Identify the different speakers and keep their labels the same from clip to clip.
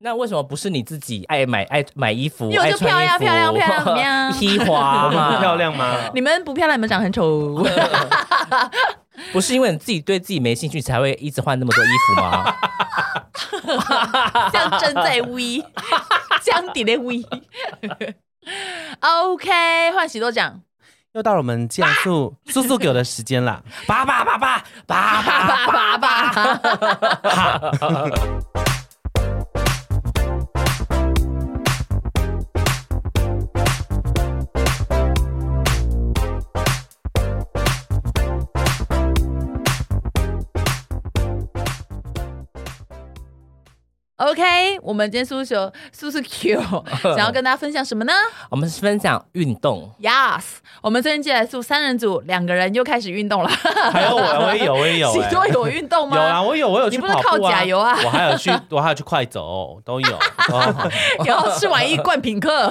Speaker 1: 那为什么不是你自己爱买爱买衣服，
Speaker 2: 因为我
Speaker 1: 爱
Speaker 2: 就
Speaker 1: 穿
Speaker 2: 漂亮
Speaker 1: 衣服
Speaker 2: 漂亮漂亮怎么样
Speaker 1: 披 华嘛，
Speaker 3: 漂亮吗？
Speaker 2: 你们不漂亮，你们长得很丑。
Speaker 1: 不是因为你自己对自己没兴趣才会一直换那么多衣服吗？
Speaker 2: 像正在 V，像底的 V。OK，换喜多奖，
Speaker 3: 又到了我们结 束速速狗的时间啦！叭叭叭叭叭叭。
Speaker 2: 叭叭叭。OK，我们今天苏苏苏苏 Q 想要跟大家分享什么呢
Speaker 1: 我们是分享运动，
Speaker 2: ？Yes，我们最近进来素三人组，两个人又开始运动了。
Speaker 3: 还有我，我也有，我 也有、
Speaker 2: 喜
Speaker 3: 欸，
Speaker 2: 多有运动吗？
Speaker 3: 有啊，我有，我有去
Speaker 2: 你不
Speaker 3: 跑
Speaker 2: 是
Speaker 3: 步啊，
Speaker 2: 靠甲油啊
Speaker 3: 我还有去，我还有去快走，都 有。哦、
Speaker 2: 然后吃完一罐品客，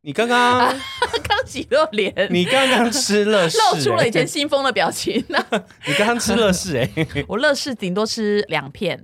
Speaker 3: 你刚刚，
Speaker 2: 刚喜多脸
Speaker 3: 你刚刚吃乐事、欸，
Speaker 2: 露出了以前新风的表情。
Speaker 3: 你刚刚吃乐事哎、
Speaker 2: 我乐事顶多吃两片。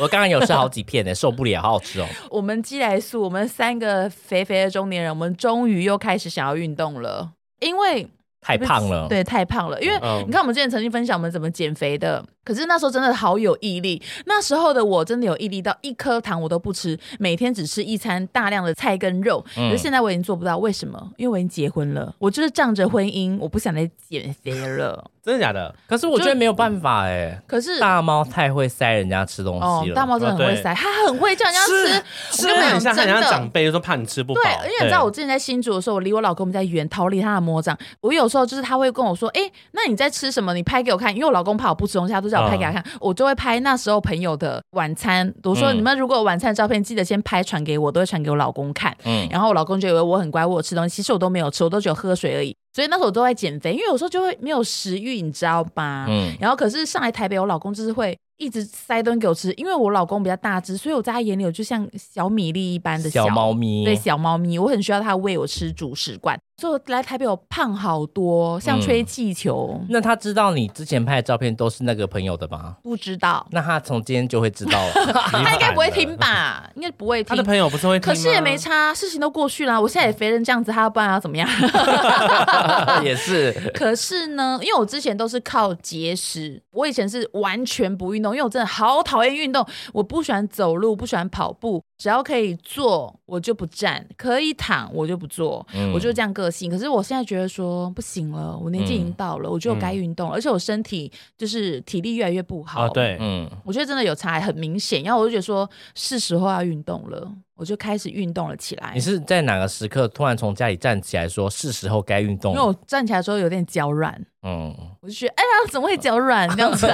Speaker 1: 我刚刚有吃好几片呢、受不了，好好吃哦。
Speaker 2: 我们鸡来素，我们三个肥肥的中年人，我们终于又开始想要运动了，因为
Speaker 1: 太胖了，
Speaker 2: 对，太胖了。因为
Speaker 3: 嗯
Speaker 2: 你看，我们之前曾经分享我们怎么减肥的，可是那时候真的好有毅力。那时候的我真的有毅力到一颗糖我都不吃，每天只吃一餐大量的菜跟肉。可是现在我已经做不到，为什么？因为我已经结婚了，我就是仗着婚姻，我不想再减肥了。
Speaker 3: 真的假的？
Speaker 1: 可是我觉得没有办法哎、
Speaker 2: 可是
Speaker 1: 大猫太会塞人家吃东
Speaker 2: 哦
Speaker 1: 西，了。
Speaker 2: 大猫真的很会塞，他很会叫人家吃。
Speaker 3: 吃
Speaker 2: 我跟
Speaker 3: 很
Speaker 2: 你
Speaker 3: 像
Speaker 2: 讲，
Speaker 3: 很
Speaker 2: 真
Speaker 3: 像
Speaker 2: 的
Speaker 3: 长辈，就说怕你吃不饱。
Speaker 2: 对，因为你知道我之前在新竹的时候，我离我老公我们在远逃离他的魔掌。我有时候就是他会跟我说：“哎、那你在吃什么？你拍给我看。”因为我老公怕我不吃东西，他都叫我拍给他看。我就会拍那时候朋友的晚餐。我说：“
Speaker 1: 嗯
Speaker 2: 你们如果有晚餐的照片，记得先拍传给我，都会传给我老公看。”
Speaker 1: 嗯
Speaker 2: 然后我老公就以为我很乖，我有吃东西，其实我都没有吃，我都只有喝水而已。所以那时候我都在减肥，因为有时候就会没有食欲，你知道吧？
Speaker 1: 嗯
Speaker 2: 然后可是上来台北，我老公就是会一直塞东西给我吃，因为我老公比较大只，所以我在他眼里我就像小米粒一般的
Speaker 1: 小猫咪，
Speaker 2: 对小猫咪，我很需要它喂我吃主食罐，所以我来台北我胖好多，像吹气球。
Speaker 3: 嗯
Speaker 1: 那他知道你之前拍的照片都是那个朋友的吗？
Speaker 2: 不知道，
Speaker 1: 那他从今天就会知道了。
Speaker 3: 他
Speaker 2: 他应该不会听吧？应该不会
Speaker 3: 他
Speaker 2: 听
Speaker 3: 的。朋友不是会听
Speaker 2: 可
Speaker 3: 吗
Speaker 2: 是也没差，事情都过去了。我现在也肥成这样子，他不然要怎么样？
Speaker 1: 也是，
Speaker 2: 可是呢，因为我之前都是靠节食，我以前是完全不运动，因为我真的好讨厌运动，我不喜欢走路，不喜欢跑步，只要可以坐我就不站，可以躺我就不坐，
Speaker 1: 嗯
Speaker 2: 我就这样个性。可是我现在觉得说不行了，我年纪已
Speaker 1: 嗯
Speaker 2: 经到了，我觉得我该运动了，而且我身体就是体力越来越不好。
Speaker 3: 啊，。对，
Speaker 1: 嗯，
Speaker 2: 我觉得真的有差，很明显。然后我就觉得说，是时候要运动了，我就开始运动了起来
Speaker 1: 你。是在哪个时刻突然从家里站起来说是时候该运动
Speaker 2: 因为？我站起来的时候有点脚软，
Speaker 1: 嗯，
Speaker 2: 我就觉得，哎呀，怎么会 脚软这样子、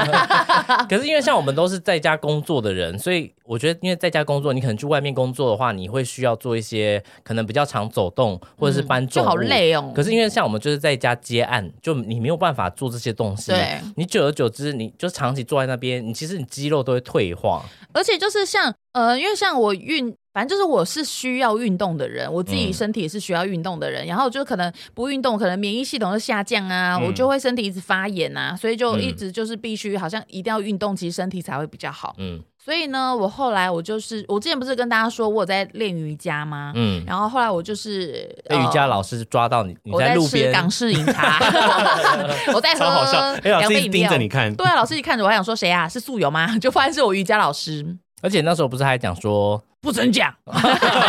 Speaker 1: 可是因为像我们都是在家工作的人，所以我觉得因为在家工作，你可能去外面工作的话，你会需要做一些可能比较常走动或者是搬重
Speaker 2: 嗯 就
Speaker 1: 物，
Speaker 2: 好累哦。
Speaker 1: 可是因为像我们就是在家接案，就你没有办法做这些东西，
Speaker 2: 对
Speaker 1: 你久而久之，你就长期坐在那边，你其实你肌肉都会退化。
Speaker 2: 而且就是像呃，因为像我运，反正就是我是需要运动的人，我自己
Speaker 1: 嗯
Speaker 2: 身体也是需要运动的人。然后就可能不运动，可能免疫系统就下降啊，
Speaker 1: 嗯
Speaker 2: 我就会身体一直发炎啊，所以就
Speaker 1: 嗯
Speaker 2: 一直就是必须好像一定要运动，其实身体才会比较好。
Speaker 1: 嗯
Speaker 2: 所以呢，我后来我就是我之前不是跟大家说我有在练瑜伽吗？
Speaker 1: 嗯，
Speaker 2: 然后后来我就是
Speaker 1: 被瑜伽
Speaker 2: 呃
Speaker 1: 老师抓到你，你
Speaker 2: 我
Speaker 1: 路
Speaker 2: 吃
Speaker 1: 边，
Speaker 2: 港式饮 茶， 我在
Speaker 3: 超好笑。
Speaker 2: 喝
Speaker 3: 哎，老
Speaker 2: 两
Speaker 3: 师
Speaker 2: 杯
Speaker 3: 一直
Speaker 2: 饮
Speaker 3: 盯
Speaker 2: 料
Speaker 3: 着你。看，
Speaker 2: 对啊，老师一看着我还想说谁啊？是素友吗？ 就发现是我瑜伽老师，
Speaker 1: 而且那时候不是还讲说，
Speaker 2: 不 准讲。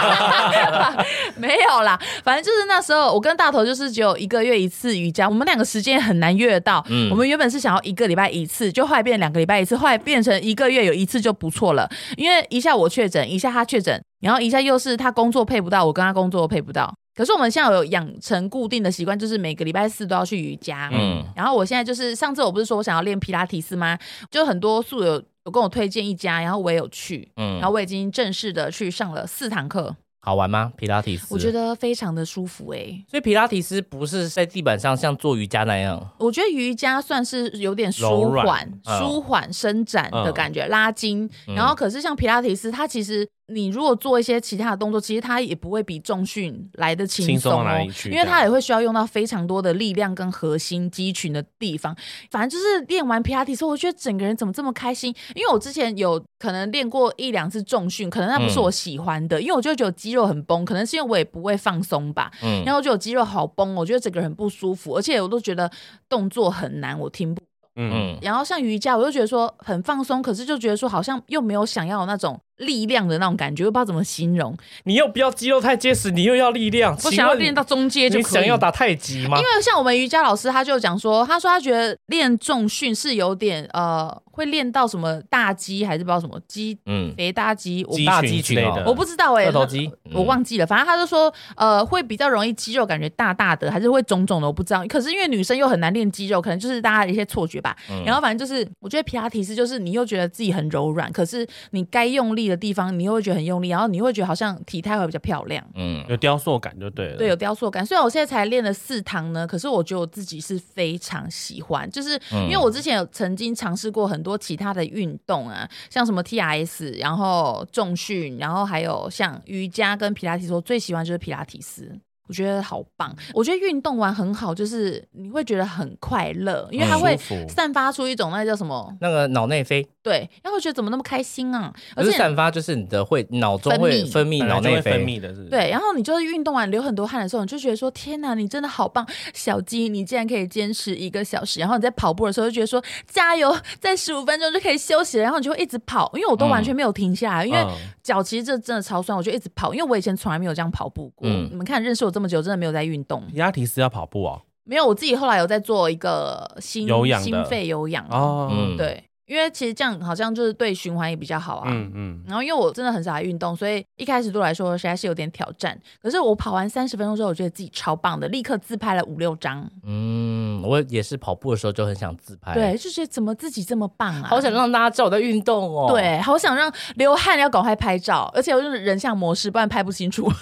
Speaker 2: 没有啦，反正就是那时候我跟大头就是只有一个月一次瑜伽，我们两个时间很难约得到。
Speaker 1: 嗯
Speaker 2: 我们原本是想要一个礼拜一次，就后来变两个礼拜一次，后来变成一个月有一次就不错了。因为一下我确诊，一下他确诊，然后一下又是他工作配不到，我跟他工作配不到。可是我们现在有养成固定的习惯，就是每个礼拜四都要去瑜伽。
Speaker 1: 嗯
Speaker 2: 然后我现在就是上次我不是说我想要练皮拉提斯吗？就很多素友有跟我推荐一家，然后我也有去，
Speaker 1: 嗯
Speaker 2: 然，后我已经正式的去上了四堂课，
Speaker 1: 好玩吗？皮拉提斯，
Speaker 2: 我觉，得非常的舒服欸诶、
Speaker 1: 所以皮拉提斯不是在地板上像做瑜伽那样，
Speaker 2: 我觉得瑜伽算是有点舒
Speaker 3: 柔
Speaker 2: 缓
Speaker 3: 软、嗯
Speaker 1: 嗯
Speaker 2: 舒缓伸展的感觉，拉筋。然后可是像皮拉提斯，它其实你如果做一些其他的动作，其实它也不会比重训来的轻
Speaker 3: 轻松
Speaker 2: 松
Speaker 3: 到
Speaker 2: 哦
Speaker 3: 哪里去
Speaker 2: 因为
Speaker 3: 这
Speaker 2: 它
Speaker 3: 样
Speaker 2: 也会需要用到非常多的力量跟核心肌群的地方。反正就是练完 PRT 之后，我觉得整个人怎么这么开心？因为我之前有可能练过一两次重训，可能那不是
Speaker 1: 嗯
Speaker 2: 我喜欢的，因为我就觉得肌肉很绷，可能是因为我也不会放松吧。
Speaker 1: 嗯
Speaker 2: 然后就有肌肉好绷，我觉得整个人不舒服，而且我都觉得动作很难，我听不。
Speaker 3: 嗯，
Speaker 1: 嗯，
Speaker 2: 然后像瑜伽，我就觉得说很放松，可是就觉得说好像又没有想要有那种力量的那种感觉，我不知道怎么形容。
Speaker 1: 你又不要肌肉太结实，你又要力量，
Speaker 2: 我
Speaker 1: 请
Speaker 2: 想要
Speaker 1: 问
Speaker 2: 练到中阶就
Speaker 1: 你
Speaker 2: 可
Speaker 1: 想
Speaker 2: 以。
Speaker 1: 要打太极吗
Speaker 2: 因？为像我们瑜伽老师他就讲说，他说他觉得练重训是有点呃，会练到什么大肌还是不知道什么肌
Speaker 1: 嗯，
Speaker 2: 肥大肌，我
Speaker 3: 肌
Speaker 1: 大
Speaker 3: 群
Speaker 1: 肌
Speaker 3: 之
Speaker 1: 群
Speaker 3: 类
Speaker 1: 哦
Speaker 3: 的，
Speaker 2: 我不知道哎、
Speaker 1: 二头
Speaker 2: 那
Speaker 1: 肌，
Speaker 2: 我
Speaker 1: 嗯
Speaker 2: 忘记了，反正他就说，呃，会比较容易肌肉感觉大大的，还是会肿肿的，我不知道。可是因为女生又很难练肌肉，可能就是大家的一些错觉
Speaker 1: 嗯
Speaker 2: 吧。然后反正就是，我觉得皮拉提斯就是你又觉得自己很柔软，可是你该用力的地方你又会觉得很用力，然后你会觉得好像体态会比较漂亮，
Speaker 1: 嗯
Speaker 3: 有雕塑感就对了。
Speaker 2: 对，有雕塑感。虽然我现在才练了四堂呢，可是我觉得我自己是非常喜欢，就是
Speaker 3: 嗯
Speaker 2: 因为我之前有曾经尝试过很多其他的运动啊，像什么 TRS，然后重训，然后还有像瑜伽跟皮拉提斯，我最喜欢就是皮拉提斯。我觉得好棒，我觉得运动完很好，就是你会觉得很快乐，因为它
Speaker 3: 嗯
Speaker 2: 会
Speaker 3: 舒服
Speaker 2: 散发出一种那叫什么？
Speaker 1: 那个脑内啡，
Speaker 2: 对，然后我觉得怎么那么开心啊？
Speaker 1: 不
Speaker 2: 而
Speaker 1: 是
Speaker 2: 且
Speaker 1: 散发，就是你的会脑中
Speaker 2: 分
Speaker 1: 会
Speaker 2: 泌
Speaker 1: 分泌
Speaker 3: 本来
Speaker 1: 脑
Speaker 3: 就
Speaker 1: 内
Speaker 3: 会分
Speaker 1: 啡，
Speaker 3: 泌的是，
Speaker 2: 对，，然后你就是运动完流很多汗的时候，你就觉得说：天哪，你真的好棒，小鸡，你竟然可以坚持一个小时。然后你在跑步的时候就觉得说：加油，在十五分钟就可以休息了。然后你就会一直跑，因为我都完全没有停下来，因为
Speaker 3: 嗯
Speaker 2: 脚其实这真的超酸，我就一直跑，因为我以前从来没有这样跑步过。
Speaker 1: 嗯
Speaker 2: 你们看，认识我这么久，真的没有在运动，
Speaker 3: 皮拉提斯要跑步哦，
Speaker 2: 没有。我自己后来有在做一个心
Speaker 3: 有氧的
Speaker 2: 心肺有氧，
Speaker 3: 哦，
Speaker 1: 嗯
Speaker 2: 对，因为其实这样好像就是对循环也比较好啊。
Speaker 3: 嗯嗯，
Speaker 2: 然后因为我真的很少来运动，所以一开始对我来说实在是有点挑战。可是我跑完三十分钟之后，我觉得自己超棒的，立刻自拍了五六张。
Speaker 1: 嗯，我也是跑步的时候就很想自拍，
Speaker 2: 对，，就觉得怎么自己这么棒啊！
Speaker 1: 哎好想让大家知道我在运动哦，，
Speaker 2: 对，好想让流汗要赶快拍照，而且我就是人像模式，不然拍不清楚。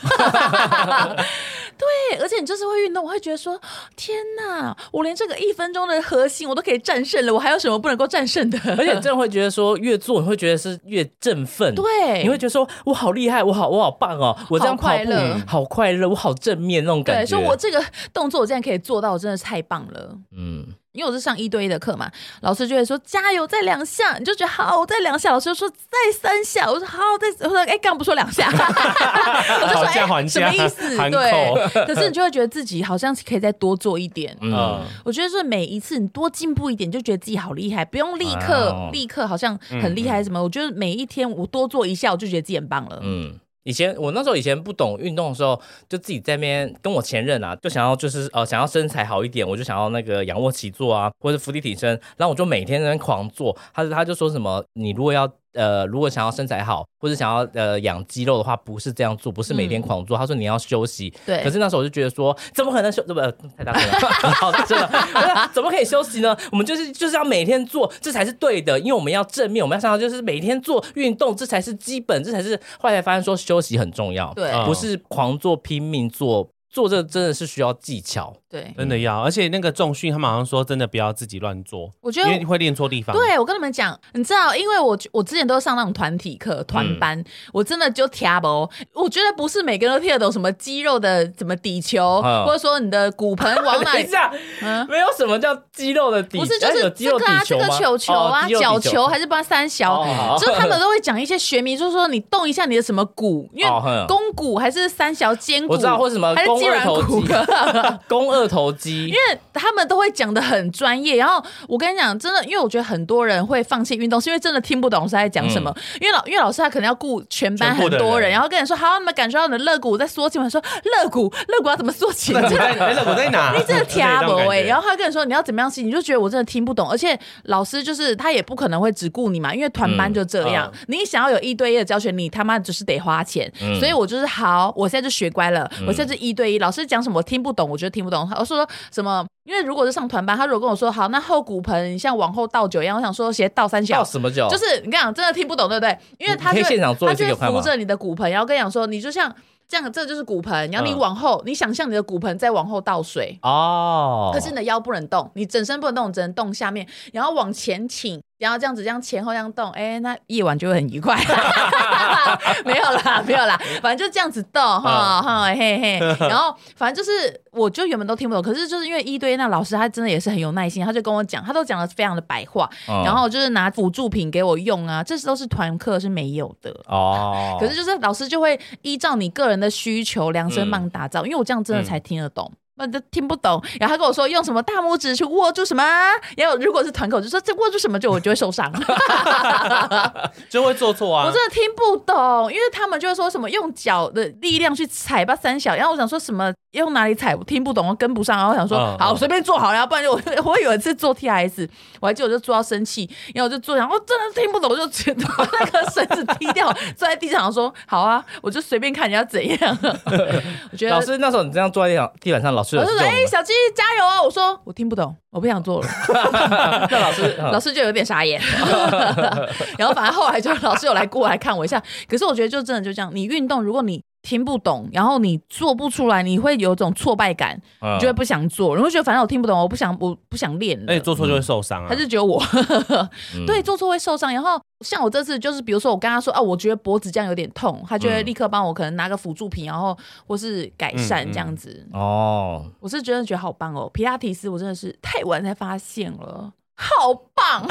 Speaker 2: 对，而且你就是会运动，我会觉得说，天哪，我连这个一分钟的核心我都可以战胜了，我还有什么不能够战胜的？
Speaker 1: 而且真的会觉得说越做你会觉得是越振奋，。
Speaker 2: 对，
Speaker 1: 你会觉得说，我好厉害，我好，我好棒哦！我这样跑
Speaker 2: 快
Speaker 1: 步
Speaker 2: 乐
Speaker 1: 好快乐，我好正面那种感
Speaker 2: 对，
Speaker 1: 觉。
Speaker 2: 说我这个动作我竟然可以做到，我真的是太棒了。
Speaker 1: 嗯，
Speaker 2: 因为我是上一对一的课嘛，老师就会说加油，再两下，你就觉得好，我再两下，老师就说再三下，我说好，再我说哎，刚刚不说两 下，我就说
Speaker 3: 讨价
Speaker 2: 哎、
Speaker 3: 还
Speaker 2: 什么
Speaker 3: 价
Speaker 2: 意思？
Speaker 3: 喊
Speaker 2: 对，可是你就会觉得自己好像是可以再多做一点。
Speaker 1: 嗯
Speaker 3: 嗯，
Speaker 2: 我觉得是每一次你多进步一点，就觉得自己好厉害，不用立刻、
Speaker 1: 哇哦嗯
Speaker 2: 立刻好像很厉害什么。我觉得每一天我多做一下，我就觉得自己很棒了。
Speaker 1: 嗯，以前我那时候以前不懂运动的时候，就自己在那边跟我前任啊，就想要就是呃想要身材好一点，我就想要那个仰卧起坐啊，或者伏地挺身，然后我就每天在那边狂做。他他就说什么，你如果要呃如果想要身材好，或者想要呃养肌肉的话，不是这样做，不是每天狂做。他说你要休息。
Speaker 2: 对
Speaker 1: 可是那时候我就觉得说，怎么可能休？不、呃，太大声 了，好大声了。我说怎么可以休息呢？我们就是就是要每天做，这才是对的，因为我们要正面，我们要上到就是每天做运动，这才是基本，这才是。后来才发现说休息很重要，
Speaker 2: 对、
Speaker 3: 嗯
Speaker 1: 不是狂做拼命做，做这真的是需要技巧。
Speaker 2: 对，
Speaker 3: 真的要，而且那个重训，他们好像说真的不要自己乱做，
Speaker 2: 我觉
Speaker 3: 因
Speaker 2: 得
Speaker 3: 为会练错地方。
Speaker 2: 对，我跟你们讲，你知道，因为我我之前都上那种团体课、团班，
Speaker 1: 嗯
Speaker 2: 我真的就听不懂。我觉得不是每个人都听得懂什么肌肉的怎么底球，
Speaker 1: 嗯
Speaker 2: 或者说你的骨盆往 哪
Speaker 1: 等一
Speaker 2: 里。
Speaker 1: 下，
Speaker 2: Oh 嗯
Speaker 1: 没有什么叫肌肉的底，
Speaker 2: 不是，就
Speaker 1: 哎有
Speaker 2: 是
Speaker 1: 肌
Speaker 2: 这
Speaker 1: 肉
Speaker 2: 个
Speaker 1: 底
Speaker 2: 啊，这
Speaker 1: 球
Speaker 2: 个
Speaker 1: 吗
Speaker 2: 球球啊，
Speaker 1: 哦肌肉
Speaker 2: 角
Speaker 1: 底
Speaker 2: 球还是不知道三小，
Speaker 1: 哦
Speaker 2: 就是他们都会讲一些学名，就是说你动一下你的什么骨，因为
Speaker 1: 哦哼
Speaker 2: 肱骨还是三小肩骨，
Speaker 1: 我知道或什么
Speaker 2: 还是
Speaker 1: 肱
Speaker 2: 肌
Speaker 1: 二
Speaker 2: 软
Speaker 1: 头
Speaker 2: 骨
Speaker 1: 肌， 肱二头肌，因为
Speaker 2: 他们都会讲的很专业。然后我跟你讲，真的，因为我觉得很多人会放弃运动，是因为真的听不懂是在讲什么。因为老因为老师他可能要顾全班很
Speaker 3: 嗯全部
Speaker 2: 多
Speaker 3: 的
Speaker 2: 人，
Speaker 3: 人
Speaker 2: 然后跟你说，好，你们感受到你的肋骨在缩起吗？我说肋骨，肋骨要怎么缩起？
Speaker 3: 那我在，那我在哪？
Speaker 2: 你真 的听不哎、然
Speaker 3: 后
Speaker 2: 后他跟你说你要怎么样吸，你就觉得我真的听不懂，而且老师就是他也不可能会只顾你嘛，因为
Speaker 1: 嗯
Speaker 2: 团班就这样，你想要有一对一的教学，你他妈就是得花钱，
Speaker 1: 嗯
Speaker 2: 所以我就是好，我现在就学乖了，我现在就一对一，老师讲什么我听不懂，我就听不懂，我说什么，因为如果是上团班，他如果跟我说好，那后骨盆像往后倒酒一样，我想说斜倒三
Speaker 1: 叫
Speaker 2: 小。
Speaker 1: 什么酒？
Speaker 2: 就是你跟你讲，真的听不懂，对不对？因为
Speaker 1: 你
Speaker 2: 他
Speaker 1: 你可以
Speaker 2: 就会
Speaker 1: 现场做
Speaker 2: 他
Speaker 1: 一次
Speaker 2: 就会
Speaker 1: 给我看吗
Speaker 2: 扶着你的骨盆，然后跟你讲说，你就像这样，这就是骨盆，然后你
Speaker 3: 嗯
Speaker 2: 往后，你想象你的骨盆再往后倒水，
Speaker 1: 哦，
Speaker 2: 可是你的腰不能动，你整身不能动，只能动下面，然后往前倾，然后这样子这样前后这样动，哎，那夜晚就会很愉快。 没有啦， 没有啦，反正就这样子动哈哈嘿嘿。然后反正就是，我就原本都听不懂，可是就是因为一对一那老师他真的也是很有耐心，他就跟我讲，他都讲的非常的白话，
Speaker 1: 嗯
Speaker 2: 然后就是拿辅助品给我用啊，这都是团课是没有的。
Speaker 1: 哦，
Speaker 2: 可是就是老师就会依照你个人的需求量身帮你打造，因为我这样真的才听得懂。那都听不懂，然后他跟我说用什么大拇指去握住什么，然后如果是团口就说这握住什么就我就会受伤，
Speaker 3: 就会做错啊
Speaker 2: 我。真的听不懂，因为他们就会说什么用脚的力量去踩吧三小，然后我想说什么用哪里踩，我听不懂，我跟不上，然后我想说、
Speaker 3: 嗯
Speaker 2: 好
Speaker 3: 嗯
Speaker 2: 随便做好了，不然就 我我有一次做 T I S，我还记得我就做到生气，然后我就做，然后哦真的听不懂，我就直接把那个绳子踢掉，坐在地上说好啊，我就随便看人家怎样， 我觉得
Speaker 1: 老。师那时候你这样坐在地上地板上，老师有
Speaker 2: 我就
Speaker 1: 用
Speaker 2: 说：“
Speaker 1: 吗
Speaker 2: 哎、小鸡加油哦！”我说：“我听不懂，我不想做了。”
Speaker 1: 那老师
Speaker 2: 老
Speaker 1: 嗯
Speaker 2: 师就有点傻眼， 然后反正后来就老师有来过来看我一下，可是我觉得就真的就这样，你运动如果你听不懂，然后你做不出来，你会有种挫败感，
Speaker 1: 嗯
Speaker 2: 你就会不想做，你会觉得反正我听不懂，我不想我不想练了
Speaker 3: 而且做错就会受伤啊。
Speaker 2: 还是只有我，
Speaker 1: 哎 嗯
Speaker 2: 对，做错会受伤。然后像我这次就是，比如说我跟他说，哦、我觉得脖子这样有点痛，他就会
Speaker 1: 嗯
Speaker 2: 立刻帮我可能拿个辅助品，然后或是改善
Speaker 3: 嗯嗯
Speaker 2: 这样子。
Speaker 1: 哦，
Speaker 2: 我是真的觉得好棒哦，皮拉提斯我真的是太晚才发现了。好棒！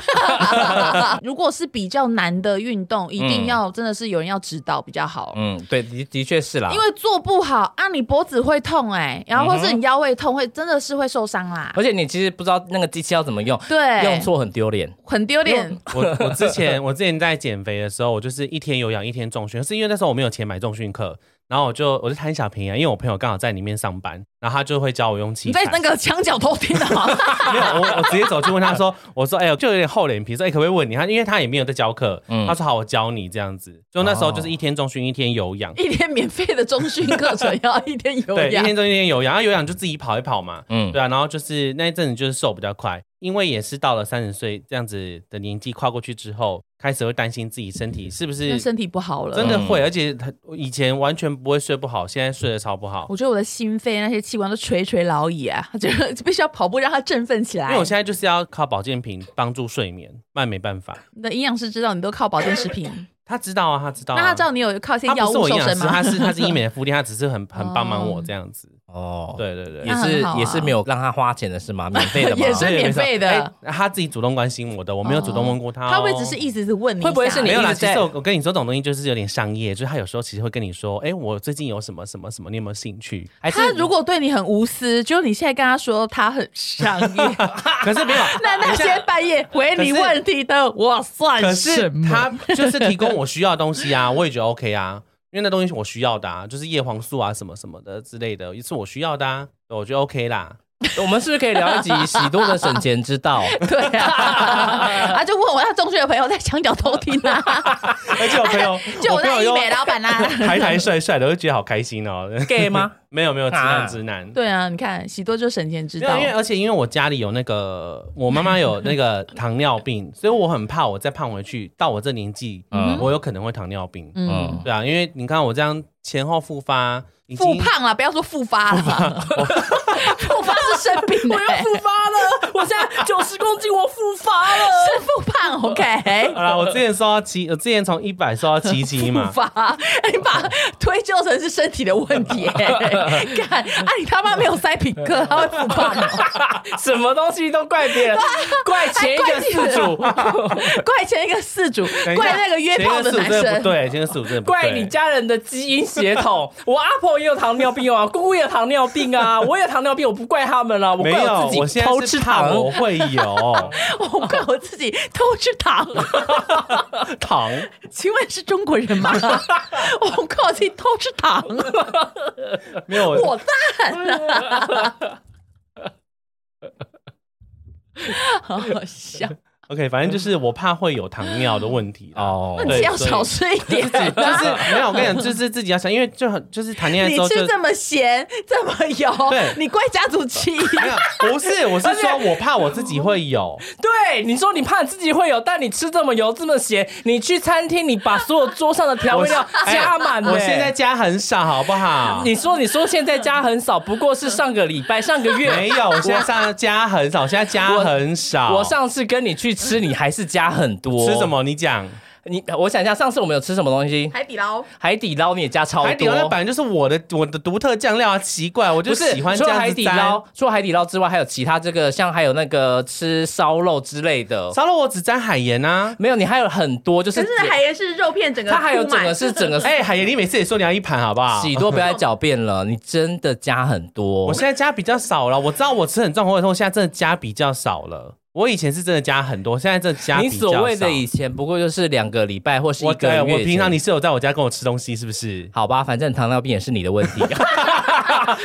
Speaker 2: 如果是比较难的运动，一
Speaker 3: 嗯
Speaker 2: 定要真的是有人要指导比较好，
Speaker 1: 嗯，对，的的确是啦，
Speaker 2: 因为做不好啊，你脖子会痛哎、然后或
Speaker 3: 嗯
Speaker 2: 是你腰会痛，会真的是会受伤啦。
Speaker 1: 而且你其实不知道那个机器要怎么用，
Speaker 2: 对，
Speaker 1: 用错很丢脸。
Speaker 2: 很丢脸。
Speaker 3: 我我之前我之前在减肥的时候，我就是一天有氧一天重训，可是因为那时候我没有钱买重训课，然后我就我就贪小便宜啊，因为我朋友刚好在里面上班，然后他就会教我用器
Speaker 2: 你
Speaker 3: 材
Speaker 2: 在。那个墙角偷听的啊？
Speaker 3: 没有，我我直接走去问他说，我说哎、我就有点厚脸皮，说哎、可不可以问你？他因为他也没有在教课，
Speaker 1: 嗯
Speaker 3: 他说好我教你这样子。就那时候就是一天重训一天有氧，
Speaker 2: 一天免费的中训课程，然后一天有
Speaker 3: 对，一
Speaker 2: 氧
Speaker 3: 天，重训一天有氧，然后有氧就自己跑一跑嘛，
Speaker 1: 嗯
Speaker 3: 对啊，然后就是那一阵子就是瘦比较快，因为也是到了三十岁这样子的年纪跨过去之后，开始会担心自己身体是不
Speaker 2: 那
Speaker 3: 是
Speaker 2: 身体不好了。
Speaker 3: 真的会，
Speaker 1: 嗯
Speaker 3: 而且他我以前完全不会睡不好，现在睡得超不好。
Speaker 2: 我觉得我的心肺那些器官都垂垂老矣啊， 觉得必须要跑步让它振奋起来。
Speaker 3: 因为我现在就是要靠保健品帮助睡眠，那没办法。
Speaker 2: 你的营养师知道你都靠保健食 品，
Speaker 3: 他知道啊，他知道、啊，
Speaker 2: 那他知道你有靠一些
Speaker 3: 他
Speaker 2: 药
Speaker 3: 不是
Speaker 2: 物
Speaker 3: 我营
Speaker 2: 瘦
Speaker 3: 养
Speaker 2: 身
Speaker 3: 师，
Speaker 2: 吗？哦
Speaker 3: 他是他是医美的副店，他只是很很帮忙我这样子。
Speaker 1: 哦，，
Speaker 3: 对对对
Speaker 1: 也
Speaker 2: 那很
Speaker 1: 是
Speaker 2: 好啊
Speaker 1: 也是没有让他花钱的是 吗？免费的吗？
Speaker 2: 也是
Speaker 3: 对
Speaker 2: 免费的
Speaker 3: 没错哎他自己主动关心我的，我没有主动问过他、哦。
Speaker 2: 他会不会只是一直是问你一下？
Speaker 1: 会不会是你
Speaker 3: 没有啦，
Speaker 1: 一直
Speaker 3: 其
Speaker 1: 在
Speaker 3: 实我我跟你说，这种东西就是有点商业，就是他有时候其实会跟你说，哎、我最近有什么什么什么，你有没有兴趣？
Speaker 1: 还
Speaker 3: 哎
Speaker 1: 是
Speaker 2: 他如果对你很无私，就你现在跟他说他很商 业，
Speaker 3: 可是没有，
Speaker 2: 那那些半夜回你问题的，我
Speaker 3: 可
Speaker 2: 算什
Speaker 3: 是
Speaker 2: 么？
Speaker 3: 他就是提供我需要的东西啊， 我也觉得 OK 啊，因为那东西是我需要的啊，就是叶黄素啊什么什么的之类的，是我需要的啊，我觉得 OK 啦。
Speaker 1: 我们是不是可以聊一集喜多的省钱之 道？
Speaker 2: 对 啊，他就问我他中学的朋友在墙角偷听啊，，
Speaker 3: 而且我朋友
Speaker 2: 就我
Speaker 3: 朋
Speaker 2: 那
Speaker 3: 友
Speaker 2: 医
Speaker 3: 又
Speaker 2: 美 老板啊啦、
Speaker 3: 台台帅帅的，我就觉得好开心哦。
Speaker 1: gay 吗？
Speaker 3: 没有没有，直男
Speaker 1: 啊
Speaker 3: 直男。
Speaker 2: 对啊，你看喜多就省钱之
Speaker 3: 没
Speaker 2: 道
Speaker 3: 有，因，为而且因为我家里有那个，我妈妈有那个糖尿病， 所以我很怕我再胖回去，到我这年纪，
Speaker 1: 嗯
Speaker 3: 我有可能会糖尿病。
Speaker 2: 嗯，
Speaker 1: 嗯，
Speaker 3: 对啊，因为你看我这样前后复发，已
Speaker 2: 复
Speaker 3: 经
Speaker 2: 胖啊啦，不要说复发，复发是生病、欸，
Speaker 1: 发了，我现在九十公斤，我复发了。
Speaker 2: 是复胖，OK？
Speaker 3: 好啦，我之前瘦到七，我之前从一百瘦到七七
Speaker 2: 复
Speaker 3: 嘛，
Speaker 2: 发，哎你把推究成是身体的问 题、欸，看啊，你他妈没有塞品克，他会复胖、 哦，
Speaker 1: 什么东西都怪 别人，怪前一个事主，
Speaker 2: 怪 前一个事主，
Speaker 3: 等一下
Speaker 2: 怪那个约炮的男
Speaker 3: 前一个四五真
Speaker 2: 生
Speaker 3: 不。对，前一个四五真的不对，
Speaker 1: 怪你家人的基因血统。我阿婆也有糖尿病啊， 姑姑也有糖尿病啊，我也有糖尿病，我不怪他们了，我
Speaker 3: 没
Speaker 1: 怪
Speaker 3: 有，
Speaker 1: 自
Speaker 3: 我
Speaker 1: 己
Speaker 3: 现
Speaker 1: 偷
Speaker 3: 在是
Speaker 1: 吃
Speaker 3: 怕
Speaker 1: 糖。
Speaker 3: 我会有
Speaker 2: 我怪我自己偷吃糖，
Speaker 3: 糖，
Speaker 2: 请问是中国人 吗？我怪我自己偷吃糖，
Speaker 3: 没有
Speaker 2: 我蛋啊！ 好好笑，
Speaker 3: OK，反正就是我怕会有糖尿的问题
Speaker 1: 哦
Speaker 3: 哦。
Speaker 2: 那
Speaker 3: 对
Speaker 2: 你要
Speaker 3: 所以
Speaker 2: 少吃一点
Speaker 3: 自己就是没有，我跟你讲，就是自己要想，因为就很就是谈恋爱
Speaker 2: 你
Speaker 3: 之后就
Speaker 2: 吃这么咸，这么油
Speaker 3: 对，
Speaker 2: 你怪家族气。
Speaker 3: 没有，不是，我是说我怕我自己会有，
Speaker 1: 对，你说你怕你自己会有，但你吃这么油这么咸，你去餐厅你把所有桌上的调味料
Speaker 3: 哎
Speaker 1: 加满、欸
Speaker 3: 我现在。加很少，好不好？
Speaker 1: 你说，你说现在加很少，不过是上个礼拜、上个月
Speaker 3: 没有，我现在上加很少，现在加很少。
Speaker 1: 我上次跟你去吃你还是加很多。
Speaker 3: 吃什？么？你讲
Speaker 1: 你我想一下，上次我们有吃什么东西？
Speaker 2: 海底捞
Speaker 1: 海底捞你也加超多。
Speaker 3: 海底捞那本来就是我的我的独特酱料啊，奇怪，我就
Speaker 1: 不是
Speaker 3: 喜欢
Speaker 1: 除
Speaker 3: 这
Speaker 1: 了
Speaker 3: 样
Speaker 1: 海
Speaker 3: 子
Speaker 1: 底
Speaker 3: 沾
Speaker 1: 捞，除了海底捞之外，还有其他这个，像还有那个吃烧肉之类的。
Speaker 3: 烧肉我只沾海 盐啊。
Speaker 1: 没有，你还有很多，就是
Speaker 2: 可是海盐是肉片整个，
Speaker 1: 它还有整个是整个
Speaker 3: 哎、海盐，你每次也说你要一盘好 不好？
Speaker 1: 喜多，不要再狡辩了，你真的加很多
Speaker 3: 哎我。现在加比较少了，我知道我吃很重口味的时候，我现在真的加比较少了。我以前是真的加很多，现在真的加比
Speaker 1: 你
Speaker 3: 较
Speaker 1: 所谓
Speaker 3: 少
Speaker 1: 的以前不过就是两个礼拜或是一
Speaker 3: 我
Speaker 1: 个月
Speaker 3: 对我
Speaker 1: 前
Speaker 3: 平常你是有在我家跟我吃东西是不是？
Speaker 1: 好吧，反正糖尿病也是你的问 题。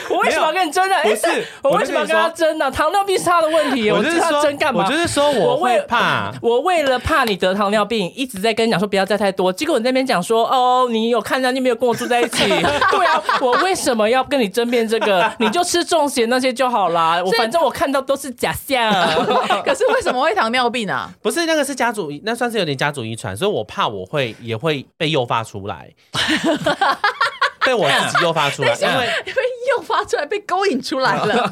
Speaker 1: 我为什么要跟你争呢？
Speaker 3: 不是
Speaker 1: 哎 我为什么要跟他争呢？糖尿病是他的问哎题，我
Speaker 3: 就
Speaker 1: 跟
Speaker 3: 是
Speaker 1: 他
Speaker 3: 说，
Speaker 1: 争干嘛？
Speaker 3: 我就是说我会
Speaker 1: 为
Speaker 3: 怕。
Speaker 1: 我为了怕你得糖尿病，一直在跟你讲说不要再太多。结果你在那边讲说哦，你有看到你没有跟我住在一起？ 对啊，我为什么要跟你争辩这个？你就吃重咸那些就好啦。我反正我看到都是假象。
Speaker 2: 可是为什么会糖尿病啊？
Speaker 3: 不是那个是家族遗，那算是有点家族遗传，所以我怕我会也会被诱发 出来，被我自己诱发出来，因为
Speaker 2: 因为诱发出来被勾引出来 了。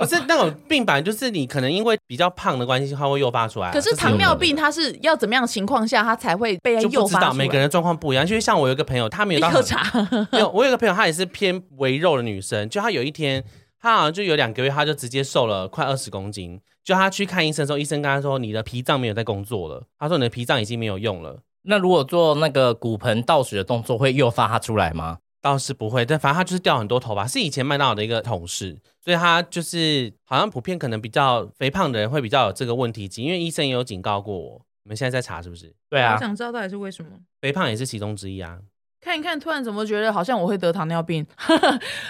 Speaker 3: 不是哦那种病版，就是你可能因为比较胖的关系，它会诱发出来啊。
Speaker 2: 可是
Speaker 3: 这
Speaker 2: 糖
Speaker 3: 有
Speaker 2: 尿
Speaker 3: 可能
Speaker 2: 病它是要怎么样的情况下它才会被
Speaker 3: 就
Speaker 2: 诱
Speaker 3: 不知
Speaker 2: 发
Speaker 3: 道
Speaker 2: 出
Speaker 3: 每 个
Speaker 2: 来？
Speaker 3: 人的状况不一样，因为像我有一个朋友，她没有
Speaker 2: 立
Speaker 3: 到
Speaker 2: 刻
Speaker 3: 很
Speaker 2: 查，
Speaker 3: 没有，我有一个朋友，她也是偏微肉的女生，就她有一天，她好像就有两个月，她就直接瘦了快二十公斤。就她去看医生的时候，医生跟她说：“你的脾脏没有在工作了。”她说：“你的脾脏已经没有用了。
Speaker 1: 那如果做那个骨盆倒水的动作，会诱发它出来吗？”
Speaker 3: 倒是不会，但反正她就是掉很多头发，是以前麦当劳的一个同事，所以她就是好像普遍可能比较肥胖的人会比较有这个问题因为医生也有警告过我。你们现在在查是不是？
Speaker 1: 对啊，
Speaker 2: 想知道到底是为什么。
Speaker 3: 肥胖也是其中之一啊。
Speaker 2: 看一看，突然怎么觉得好像我会得糖尿病？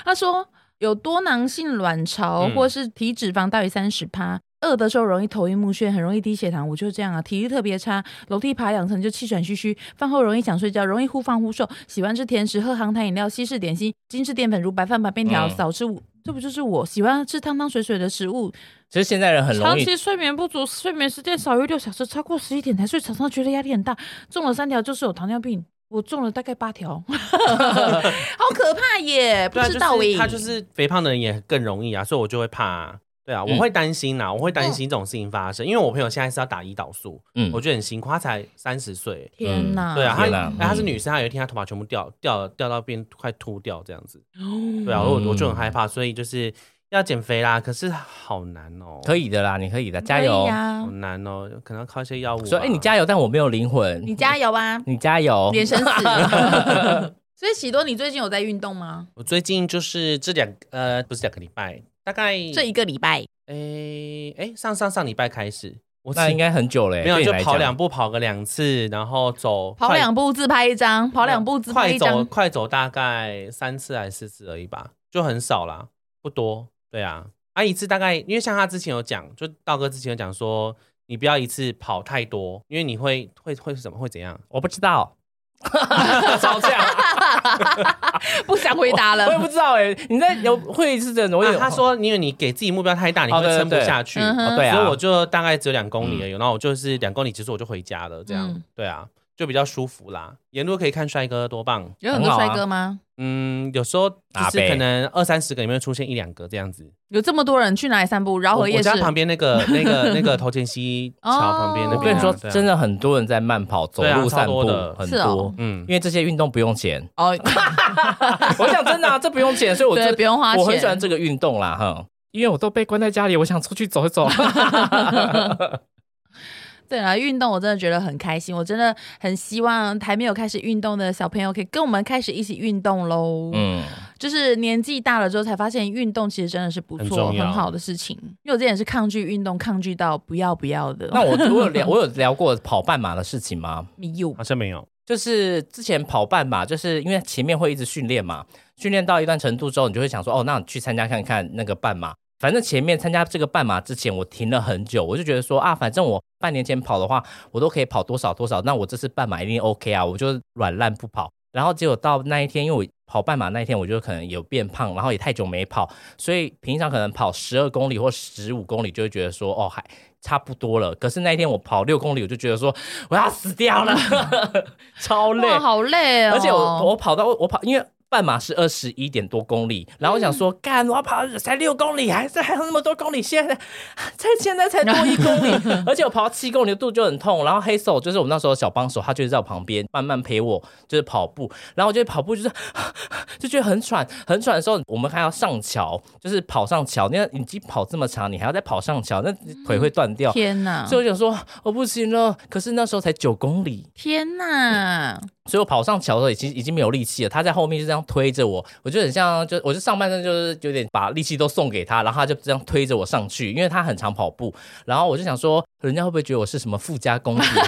Speaker 2: 他说有多囊性卵巢
Speaker 3: 嗯
Speaker 2: 或是体脂肪大于三十趴。饿的时候容易头晕目眩，很容易低血糖，我就这样啊，体力特别差，楼梯爬两层就气喘吁吁，饭后容易想睡觉，容易忽胖忽瘦，喜欢吃甜食、喝含糖饮料、西式点心、精致淀粉如白饭、白面条，
Speaker 1: 嗯
Speaker 2: 少吃五，这不就是我喜欢吃汤汤水水的食物，
Speaker 1: 其实现在人很
Speaker 2: 长
Speaker 1: 容易
Speaker 2: 期睡眠不足，睡眠时间少于六小时，超过十一点才睡，常常觉得压力很大。中了三条就是有糖尿病，我中了大概八条， 好可怕耶！不
Speaker 3: 对啊，
Speaker 2: 知道欸
Speaker 3: 就是
Speaker 2: 诶、
Speaker 3: 他就是肥胖的人也更容易啊，所以我就会怕、啊。对啊，我会担心呐、我会担心这种事情发生，因为我朋友现在是要打胰岛素，
Speaker 1: 嗯
Speaker 3: 我觉得很辛苦，她才三十岁。
Speaker 2: 天哪，
Speaker 3: 对啊，她
Speaker 1: 天哪
Speaker 3: 她是女生，她有一天她头发全部掉掉了掉到变快秃掉这样子。对啊，我我就很害
Speaker 1: 嗯
Speaker 3: 怕，所以就是要减肥啦，可是好难哦，
Speaker 1: 可以的啦，你可以的，加油
Speaker 2: 可以！
Speaker 3: 好
Speaker 2: 啊，
Speaker 3: 难哦，可能要靠一些药物吧。
Speaker 1: 说哎，你加油，但我没有灵魂，
Speaker 2: 你加油啊，
Speaker 1: 你加
Speaker 3: 哦
Speaker 1: 油，
Speaker 2: 连生死。 所以喜多，你最近有在运动吗？
Speaker 3: 我最近就是这两呃不是两个礼拜，大概
Speaker 2: 这一个礼拜，
Speaker 3: 哎哎上上上礼拜开始，我
Speaker 1: 那
Speaker 3: 只
Speaker 1: 应该很久嘞，
Speaker 3: 没有
Speaker 1: 对你
Speaker 3: 就
Speaker 1: 来
Speaker 3: 跑
Speaker 1: 讲
Speaker 3: 两步，跑个两次，然后走
Speaker 2: 跑
Speaker 3: 快
Speaker 2: 两步自拍一张，跑两步自拍
Speaker 3: 快
Speaker 2: 一
Speaker 3: 走
Speaker 2: 张。
Speaker 3: 快走大概三次还是四次而已吧，就很少啦，不多。对啊，啊一次大概，因为像他之前有讲，就道哥之前有讲说，你不要一次跑太多，因为你会会会是什么会怎样？
Speaker 1: 我不知 道， 吵架，
Speaker 2: 不想回答了
Speaker 1: 我也。不知道哎、你在有会议是真的，我
Speaker 3: 啊
Speaker 1: 有、
Speaker 3: 他说，因为你给自己目标太大，你
Speaker 1: 哦
Speaker 3: 会
Speaker 1: 对对
Speaker 3: 撑不
Speaker 1: 对
Speaker 3: 下去。
Speaker 2: 嗯哼
Speaker 1: 哦对啊，嗯
Speaker 3: 所以我就大概只有两公里而已，然后我就是两公里结束我就回家了，这样。
Speaker 2: 嗯
Speaker 3: 对啊，就比较舒服啦。沿路可以看帅哥，多棒！
Speaker 2: 有很多
Speaker 3: 啊
Speaker 2: 帅哥吗？
Speaker 3: 嗯，有时候就
Speaker 1: 阿
Speaker 3: 是
Speaker 1: 伯
Speaker 3: 可能二三十个里面会出现一两个这样子。
Speaker 2: 有这么多人去哪里散步？饶
Speaker 3: 我
Speaker 2: 河
Speaker 3: 我
Speaker 2: 夜市
Speaker 3: 家。旁边那个那个那个头前溪
Speaker 2: 哦
Speaker 3: 桥旁边那
Speaker 1: 我跟
Speaker 3: 边啊，
Speaker 1: 你说，
Speaker 3: 对啊
Speaker 1: 真，的很多人在慢跑、走
Speaker 3: 对啊
Speaker 1: 路、散步，
Speaker 3: 超多的
Speaker 1: 很
Speaker 2: 是
Speaker 1: 多、
Speaker 2: 哦
Speaker 3: 嗯，
Speaker 1: 因为这些运动不用 钱。
Speaker 2: 哦，
Speaker 1: 我想真的、啊，这不用钱，所以我
Speaker 2: 对，
Speaker 1: 就
Speaker 2: 不用花钱。
Speaker 1: 我很喜欢这个运动啦，哈。因为我都被关在家里，我想出去走一 走。
Speaker 2: 对啦，运动我真的觉得很开心，我真的很希望还没有开始运动的小朋友可以跟我们开始一起运动喽。
Speaker 1: 嗯，
Speaker 2: 就是年纪大了之后才发现运动其实真的是不
Speaker 3: 很
Speaker 2: 错、
Speaker 3: 重
Speaker 2: 很
Speaker 3: 要
Speaker 2: 好的事情。因为我之前也是抗拒运动，抗拒到不要不要的。
Speaker 1: 那我我有聊我有聊过跑半马的事情吗？
Speaker 2: 没有
Speaker 3: 好像没有，
Speaker 1: 就是之前跑半马，就是因为前面会一直训练嘛，训练到一段程度之后，你就会想说，哦，那你去参加看看那个半马。反正前面参加这个半马之前，我停了很久，我就觉得说啊，反正我半年前跑的话，我都可以跑多少多少，那我这次半马一定 OK 啊，我就软烂不跑。然后结果到那一天，因为我跑半马那一天，我就可能有变胖，然后也太久没跑，所以平常可能跑十二公里或十五公里就会觉得说，哦，还差不多了。可是那一天我跑六公里，我就觉得说我要死掉了，超累
Speaker 2: 哇，。好累哦！
Speaker 1: 而且我我跑到我跑，因为半马是二十一点多公里，然后
Speaker 2: 嗯
Speaker 1: 我想说，干，我要跑才六公里，还是还有那么多公里，现在才现在才多一公 里，而且我跑到七公里的肚就很痛。然后黑手就是我们那时候的小帮手，他就是在我旁边慢慢陪我，就是跑步。然后我觉得跑步就是 就觉得很喘，很喘的时候，我们还要上桥，就是跑上桥，那已经跑这么长，你还要再跑上桥，那腿会断掉。
Speaker 2: 嗯天哪，
Speaker 1: 所以我想说，我不行了。可是那时候才九公里，
Speaker 2: 天哪，
Speaker 1: 所以我跑上桥的时候已经已经没有力气了，他在后面就这样推着我，我就很像就我就上半身就是有点把力气都送给他，然后他就这样推着我上去，因为他很常跑步，然后我就想说，人家会不会觉得我是什么富家公子？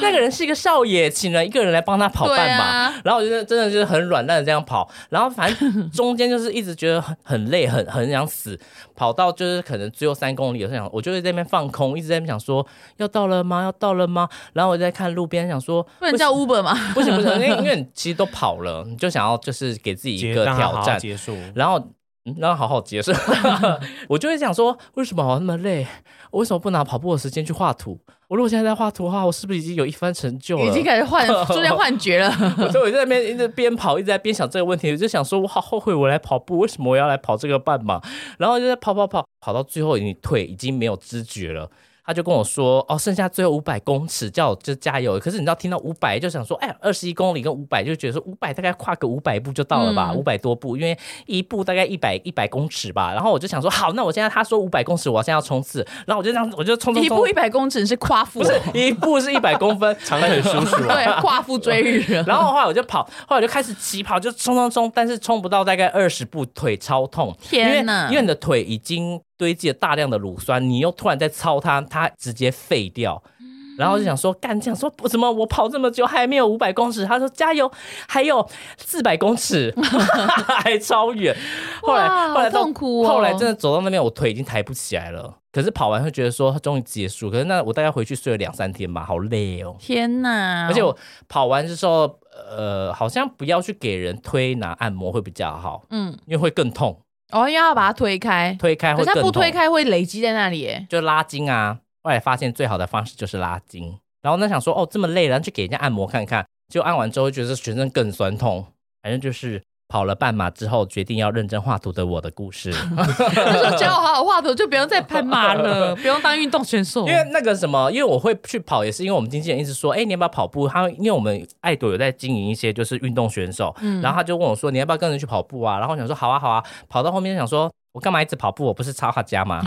Speaker 1: 那个人是一个少爷，请了一个人来帮他跑
Speaker 2: 对
Speaker 1: 半马，
Speaker 2: 啊，
Speaker 1: 然后我觉得真的就是很软烂的这样跑，然后反正中间就是一直觉得很很累，很很想死，跑到就是可能只有三公里，我就想我就会在那边放空，一直在那边想说要到了吗？要到了吗？然后我就在看路边想说，
Speaker 2: 不能叫 Uber 吗？
Speaker 1: 不行不行，因为因为你其实都跑了，你就想要就是给自己一
Speaker 3: 结
Speaker 1: 个
Speaker 3: 让它好
Speaker 1: 挑
Speaker 3: 好
Speaker 1: 战，
Speaker 3: 结束。
Speaker 1: 然后。嗯让他好好结束， 我就会想说，为什么我那么累？我为什么不拿跑步的时间去画图？我如果现在在画图的话，我是不是已经有一番成就了？
Speaker 2: 已经开始幻，出现幻觉了。
Speaker 1: 我所以我就在那边一直边跑，一直在边想这个问题，我就想说，我好后悔我来跑步，为什么我要来跑这个半马？然后就在跑跑跑，跑到最后你腿已经没有知觉了。他就跟我说：“哦，剩下最后五百公尺，叫我就加油。”可是你知道，听到五百就想说：“哎，二十一公里跟五百，就觉得说五百大概跨个五百步就到了吧，
Speaker 2: 嗯
Speaker 1: 五百、多步，因为一步大概一百一百公尺吧。”然后我就想说：“好，那我现在他说五百公尺，我现在要冲刺。”然后我就这样，我就冲冲
Speaker 2: 一
Speaker 1: 冲，
Speaker 2: 步一百公尺是夸父
Speaker 1: 不，是一步是一百公分，
Speaker 3: 长腿叔叔啊，
Speaker 2: 对，夸父追日。
Speaker 1: 然后后来我就跑，后来我就开始起跑，就冲冲冲，但是冲不到大概二十步，腿超痛，
Speaker 2: 天
Speaker 1: 因为
Speaker 2: 哪
Speaker 1: 因为你的腿已经堆积了大量的乳酸，你又突然在操它，它直接废掉。
Speaker 2: 嗯
Speaker 1: 然后就想说，干，想说怎么我跑这么久还没有五百公尺？他说加油，还有四百公尺， 还超远。后来
Speaker 2: 哇
Speaker 1: 后来到
Speaker 2: 好痛苦哦
Speaker 1: 后来真的走到那边，我腿已经抬不起来了。可是跑完会觉得说终于结束，可是那我大概回去睡了两三天吧，好累哦。
Speaker 2: 天哪！
Speaker 1: 而且我跑完之后，呃，好像不要去给人推拿按摩会比较好，
Speaker 2: 嗯，
Speaker 1: 因为会更痛，
Speaker 2: 哦，因为要把它推开，
Speaker 1: 推开
Speaker 2: 可
Speaker 1: 会
Speaker 2: 是
Speaker 1: 更
Speaker 2: 它
Speaker 1: 痛。
Speaker 2: 不推开会累积在那里耶。
Speaker 1: 就拉筋啊。后来发现最好的方式就是拉筋，然后呢想说哦这么累，然后去给人家按摩看看，就按完之后觉得全身更酸痛，反正就是。跑了半马之后，决定要认真画图的我的故事，
Speaker 2: 那时候只要好好画图，就不用再攀马 了，不用当运动选手
Speaker 1: 因。为那个什么，因为我会去跑，也是因为我们经纪人一直说，哎、你要不要跑步？他因为我们爱朵有在经营一些就是运动选手，
Speaker 2: 嗯
Speaker 1: 然后他就问我说：“你要不要跟着去跑步啊？”然后我想说：“好啊，好啊。”跑到后面就想说：“我干嘛一直跑步？我不是插画家吗？”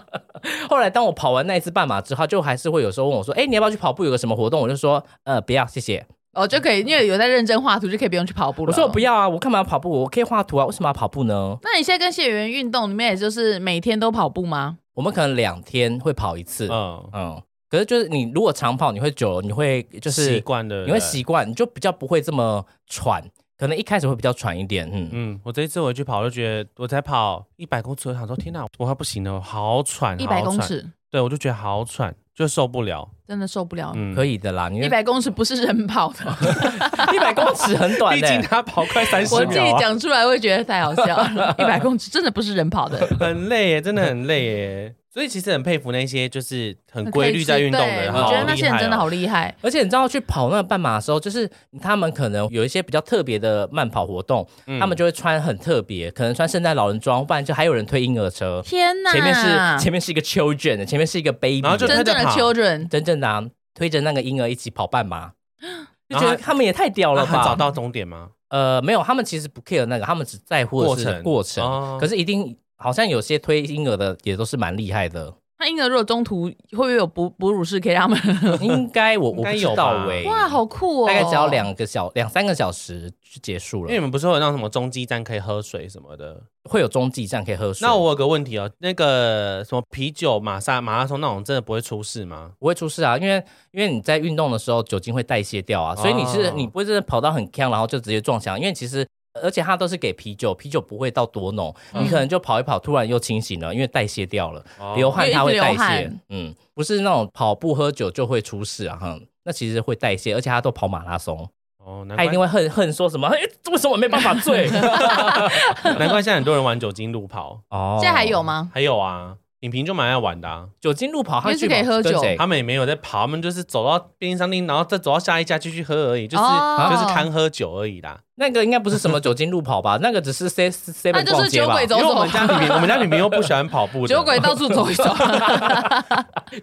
Speaker 1: 后来当我跑完那一次半马之后，就还是会有时候问我说：“哎、你要不要去跑步？有个什么活动？”我就说：“呃，不要，谢谢。
Speaker 2: 哦，就可以，因为有在认真画图，就可以不用去跑”步了。
Speaker 1: 我说：“我不
Speaker 2: 要。
Speaker 1: 要啊，我干嘛要跑步？我可以画图啊，为什么要跑步呢
Speaker 2: 那你现在跟谢元运动，你们也就是每天都跑步吗？？”
Speaker 1: 我们可能两天会跑一次，嗯
Speaker 3: 嗯，
Speaker 1: 可是就是你如果长跑，你会久了，你会就
Speaker 3: 习
Speaker 1: 是
Speaker 3: 惯的，
Speaker 1: 你会习惯，你就比较不会这么喘，可能一开始会比较喘一点，嗯。
Speaker 3: 嗯，我这一次回去跑，就觉得我才跑一百公尺，我想说天哪，我快不行了，我好
Speaker 1: 嗯
Speaker 3: 喘，
Speaker 2: 一百
Speaker 3: 好
Speaker 2: 公
Speaker 3: 喘，
Speaker 2: 尺
Speaker 3: 对我就觉得好喘，就受不了。
Speaker 2: 真的受不了。
Speaker 3: 嗯，
Speaker 1: 可
Speaker 3: 以，
Speaker 1: 以的啦，你
Speaker 2: 一百公尺不是人跑的，
Speaker 1: 一百公尺很短 欸
Speaker 3: 毕
Speaker 1: 的、
Speaker 3: 竟他跑快三
Speaker 2: 我
Speaker 3: 十
Speaker 2: 自己
Speaker 3: 秒啊，
Speaker 2: 讲出来会觉得太好笑 了。一百公尺真的不是人跑的，
Speaker 3: 很累耶，真 的很累耶。所以其实很佩服那些就是很规律在运动的
Speaker 2: 对
Speaker 3: 人，
Speaker 2: 我觉得
Speaker 3: 好
Speaker 2: 那
Speaker 3: 厉
Speaker 2: 些人
Speaker 3: 害
Speaker 2: 真的
Speaker 3: 哦
Speaker 2: 好厉害。
Speaker 1: 而且你知道去跑那个半马的时候，就是他们可能有一些比较特别的慢跑活动，
Speaker 3: 嗯
Speaker 1: 他们就会穿很特别，可能穿圣诞老人装，不然就还有人推婴儿车，
Speaker 2: 天哪！
Speaker 1: 哦前面是前面是一个 children 的，前面是一个 baby，
Speaker 3: 然后就
Speaker 2: 真正的
Speaker 3: 推着跑
Speaker 2: children，
Speaker 1: 真正的、啊、推着那个婴儿一起跑半马，就
Speaker 3: 然
Speaker 1: 觉
Speaker 3: 后
Speaker 1: 得
Speaker 3: 还
Speaker 1: 他们也太屌
Speaker 3: 那
Speaker 1: 了
Speaker 3: 很早
Speaker 1: 吧？
Speaker 3: 到终点吗？
Speaker 1: 呃，没有，他们其实不 care 那个，他们只在乎的是
Speaker 3: 过程
Speaker 1: 过程，
Speaker 3: 哦
Speaker 1: 可是一定好像有些推婴儿的也都是蛮厉害的，
Speaker 2: 那婴儿如果中途会不会有哺哺乳室可以让他们？
Speaker 1: 应该我我
Speaker 3: 应
Speaker 1: 不
Speaker 3: 该
Speaker 1: 知
Speaker 3: 有吧
Speaker 1: 道哎、
Speaker 2: 哇，好酷哦！
Speaker 1: 大概只要两个小两三个小时就结束
Speaker 3: 因
Speaker 1: 了
Speaker 3: 为，你们不是会有那种什么中继站可以喝水什么的？
Speaker 1: 会有中继站可以喝水。
Speaker 3: 那我有个问题哦，那个什么啤酒马萨马拉松那种真的不会出事吗？
Speaker 1: 不会出事啊，因为因为你在运动的时候酒精会代谢掉啊，所以你是、
Speaker 3: 哦
Speaker 1: 你不会真的跑到很呛，然后就直接撞墙，因为其实。而且它都是给啤酒，啤酒不会到多浓，
Speaker 2: 嗯
Speaker 1: 你可能就跑一跑，突然又清醒了，因为代谢掉了，
Speaker 3: 哦
Speaker 1: 流汗它会代
Speaker 2: 因为一直流
Speaker 1: 谢
Speaker 2: 汗，
Speaker 1: 嗯，不是那种跑步喝酒就会出事啊，哈，那其实会代谢，而且他都跑马拉松，
Speaker 3: 哦，难
Speaker 1: 他一定
Speaker 3: 怪
Speaker 1: 会恨恨说什么，哎、 为什么我没办法 醉？
Speaker 3: 难怪现在很多人玩酒精路跑。
Speaker 1: 哦
Speaker 2: 现在还有？吗？
Speaker 3: 还有啊，影评就蛮爱玩的、啊，
Speaker 1: 酒精路跑，他们
Speaker 2: 因为是
Speaker 1: 去
Speaker 2: 可以
Speaker 1: 跑
Speaker 2: 喝
Speaker 1: 跟
Speaker 2: 酒
Speaker 1: 谁
Speaker 3: 他们也没有在跑，他们就是走到便利商店，然后再走到下一家继续喝而已，就是、
Speaker 2: 哦
Speaker 3: 就是贪喝酒而已啦。
Speaker 1: 那个应该不是什么酒精路跑吧？那个只是 C C
Speaker 2: 那
Speaker 1: n
Speaker 2: 就是
Speaker 1: 逛街
Speaker 2: 酒
Speaker 1: 吧？
Speaker 2: 鬼走
Speaker 3: 因为我
Speaker 2: 走
Speaker 3: 们家女评，我们家女评又不喜欢跑步的，
Speaker 2: 酒鬼到处走 一走，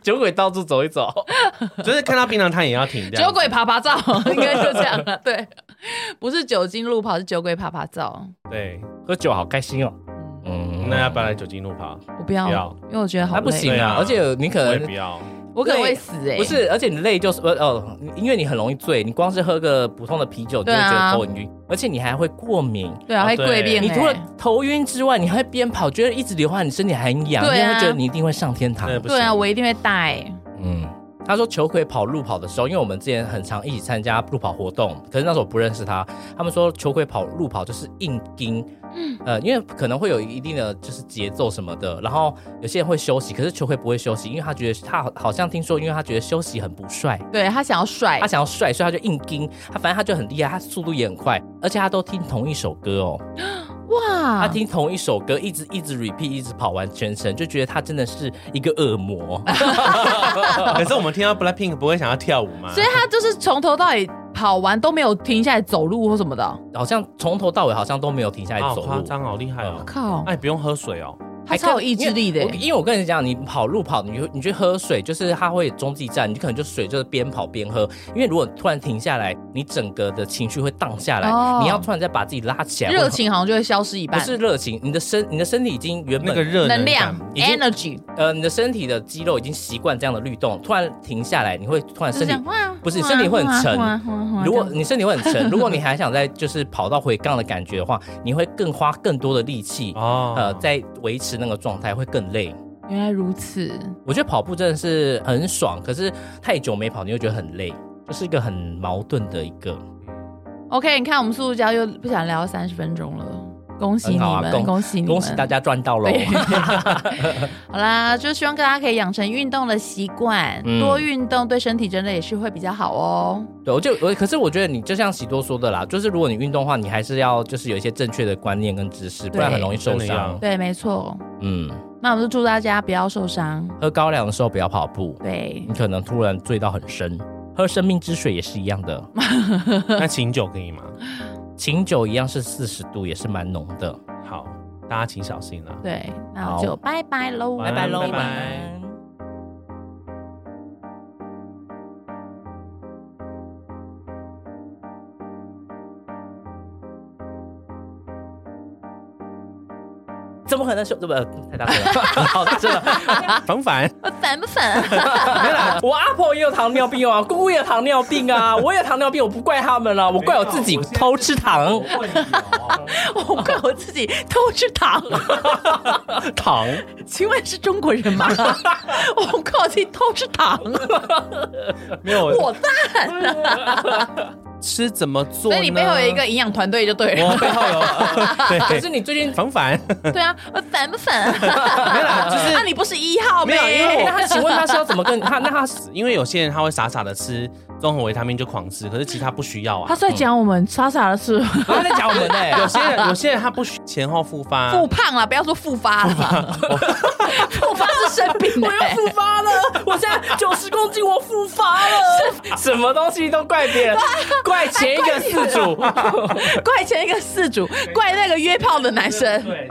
Speaker 1: 酒鬼到处走一走。
Speaker 3: 就是看到槟榔摊也要停这样
Speaker 2: 酒
Speaker 3: 子。
Speaker 2: 鬼爬 爬照，应该就这样了。对，不是酒精路跑，是酒鬼爬爬照。
Speaker 3: 对，
Speaker 1: 喝酒好开心哦。嗯，
Speaker 3: 那要不要来酒精路跑？
Speaker 2: 我不要，
Speaker 3: 不要
Speaker 2: 因为我觉得好
Speaker 1: 那
Speaker 2: 累，
Speaker 1: 不行
Speaker 3: 对
Speaker 1: 啊
Speaker 3: 啊，
Speaker 1: 而且你
Speaker 2: 呃
Speaker 1: 可
Speaker 3: 我也不
Speaker 1: 能。
Speaker 3: 要。
Speaker 2: 我可能
Speaker 1: 对
Speaker 2: 会死哎、
Speaker 1: 不，是，而且你累就是呃哦，因为你很容易醉，你光是喝个普通的啤酒你就
Speaker 2: 对
Speaker 1: 会
Speaker 2: 啊
Speaker 1: 觉得头很晕，而且你还会过敏。
Speaker 2: 对啊，
Speaker 3: 哦
Speaker 2: 会
Speaker 3: 对
Speaker 2: 跪便
Speaker 1: 你
Speaker 2: 哎、
Speaker 1: 除了头晕之外，你还会边跑觉得一直流汗，你身体还很痒，
Speaker 2: 对
Speaker 1: 你
Speaker 2: 啊
Speaker 1: 会觉得你一定会上天堂
Speaker 3: 那。不行
Speaker 2: 对啊，我一定会带、
Speaker 1: 嗯，他说球魁跑路跑的时候，因为我们之前很常一起参加路跑活动，可是那时候我不认识他。他们说球魁跑路跑就是硬盯，呃，因为可能会有一定的就是节奏什么的，然后有些人会休息，可是球魁不会休息，因为他觉得他好好像听说，因为他觉得休息很不帅。
Speaker 2: 对他想要帅
Speaker 1: 他，想要帅，所以他就硬盯。他反正他就很厉害，他速度也很快，而且他都听同一首歌哦。
Speaker 2: 哇，
Speaker 1: 他听同一首歌，一直一直 repeat，一直跑完全程，就觉得他真的是一个恶魔。
Speaker 3: 可是我们听到 Blackpink 不会想要跳舞吗？
Speaker 2: 所以他就是从头到尾跑完都没有停下来走路或什么的哦。
Speaker 1: 好像从头到尾好像都没有停下来
Speaker 3: 啊好
Speaker 1: 走
Speaker 3: 夸
Speaker 1: 路，
Speaker 3: 张，好厉害哦！
Speaker 2: 靠，
Speaker 3: 哎，不用喝水哦。
Speaker 2: 他超有意志力的
Speaker 1: 因为我
Speaker 2: 欸。
Speaker 1: 因为我跟你讲，你跑路跑，你就你去喝水，就是它会有中继站，你可能就水就是边跑边喝。因为如果突然停下来，你整个的情绪会荡下来，
Speaker 2: 哦
Speaker 1: 你要突然再把自己拉起来。
Speaker 2: 热情好像就会消失一
Speaker 1: 不
Speaker 2: 半，
Speaker 1: 是热情，你的身你的身体已经原
Speaker 3: 那
Speaker 1: 本
Speaker 3: 个热
Speaker 2: 能
Speaker 3: 感
Speaker 2: 量
Speaker 1: 已经
Speaker 2: energy
Speaker 1: 呃你的身体的肌肉已经习惯这样的律动，突然停下来，你会突然
Speaker 2: 就是
Speaker 1: 啊身
Speaker 2: 这
Speaker 1: 体
Speaker 2: 样，哇，
Speaker 1: 不是身体会很沉
Speaker 2: 哇哇哇哇
Speaker 1: 如果
Speaker 2: 这样
Speaker 1: 你身体会很 沉，如果你还想再就是跑到回杠的感觉的话，你会更花更多的力气，
Speaker 3: 哦，
Speaker 1: 呃，在维持那个状态会更累。
Speaker 2: 原来如此，
Speaker 1: 我觉得跑步真的是很爽，可是太久没跑，你会觉得很累，就是一个很矛盾的一个。
Speaker 2: OK，你看我们速度交又不想聊三十分钟了，恭喜你
Speaker 1: 很好啊
Speaker 2: 们，
Speaker 1: 恭
Speaker 2: 恭喜你们，
Speaker 1: 恭喜大家赚到喽！
Speaker 2: 好啦，就希望大家可以养成运动的习惯，
Speaker 1: 嗯
Speaker 2: 多运动对身体真的也是会比较好哦。
Speaker 1: 对，我就我，可是我觉得你就像喜多说的啦，就是如果你运动的话，你还是要就是有一些正确的观念跟知识，不然很容易受
Speaker 3: 真的要
Speaker 1: 伤。
Speaker 2: 对，没错。
Speaker 1: 嗯，
Speaker 2: 那我们就祝大家不要受伤。
Speaker 1: 喝高粱的时候不要跑步，
Speaker 2: 对
Speaker 1: 你，可能突然醉到很深。喝生命之水也是一样 的，
Speaker 3: 那请酒可以吗？
Speaker 1: 琴酒一样是四十度，也是蛮浓的。
Speaker 3: 好，大家请小心啊啦。
Speaker 2: 对，那
Speaker 1: 好
Speaker 2: 就拜拜喽，
Speaker 3: 晚安
Speaker 1: 嗯拜喽，
Speaker 3: 拜 拜
Speaker 1: 晚安怎么可能修？这不太大声了， 好大声
Speaker 2: 啊
Speaker 1: 了！
Speaker 3: 凡凡，
Speaker 2: 粉不啊粉？
Speaker 1: 没有啦，我阿婆也有糖尿病啊，姑姑也有糖尿病 啊，我也有糖尿病，我不怪他们了，我怪我自己偷吃糖。
Speaker 3: 哦
Speaker 2: 我怪我自己偷吃糖，
Speaker 3: 糖，
Speaker 2: 请问是中国人 吗？我怪我自己偷吃糖，啊
Speaker 3: 没有
Speaker 2: 我大。
Speaker 3: 吃怎么做？
Speaker 2: 所以你背后有一，个营养团队就对了。
Speaker 3: 我背后 有，
Speaker 1: 可
Speaker 3: 对，
Speaker 1: 是你最近
Speaker 3: 凡凡，
Speaker 2: 对啊，我粉不粉？
Speaker 3: 没 有啦，就是
Speaker 2: 啊，你不是一号
Speaker 3: 没有
Speaker 2: 妹
Speaker 3: 因为我
Speaker 1: 哎那他请问他是要怎么 跟他？那他是
Speaker 3: 因为有些人他会傻傻的吃综合维他命就狂吃，可是其实他不需要
Speaker 2: 他
Speaker 3: 啊。
Speaker 2: 是在讲我们傻傻的事，
Speaker 1: 他在讲我们呢？
Speaker 3: 欸有些人有些人他不需前后复 发，
Speaker 2: 复胖了，不要说复发了， 复发是生病的、
Speaker 1: 我又复发了，我现在九十公斤，我复发 了，什么东西都怪别人，怪前一个四主。
Speaker 2: 怪前一个事主，怪那个约炮的男生，
Speaker 3: 对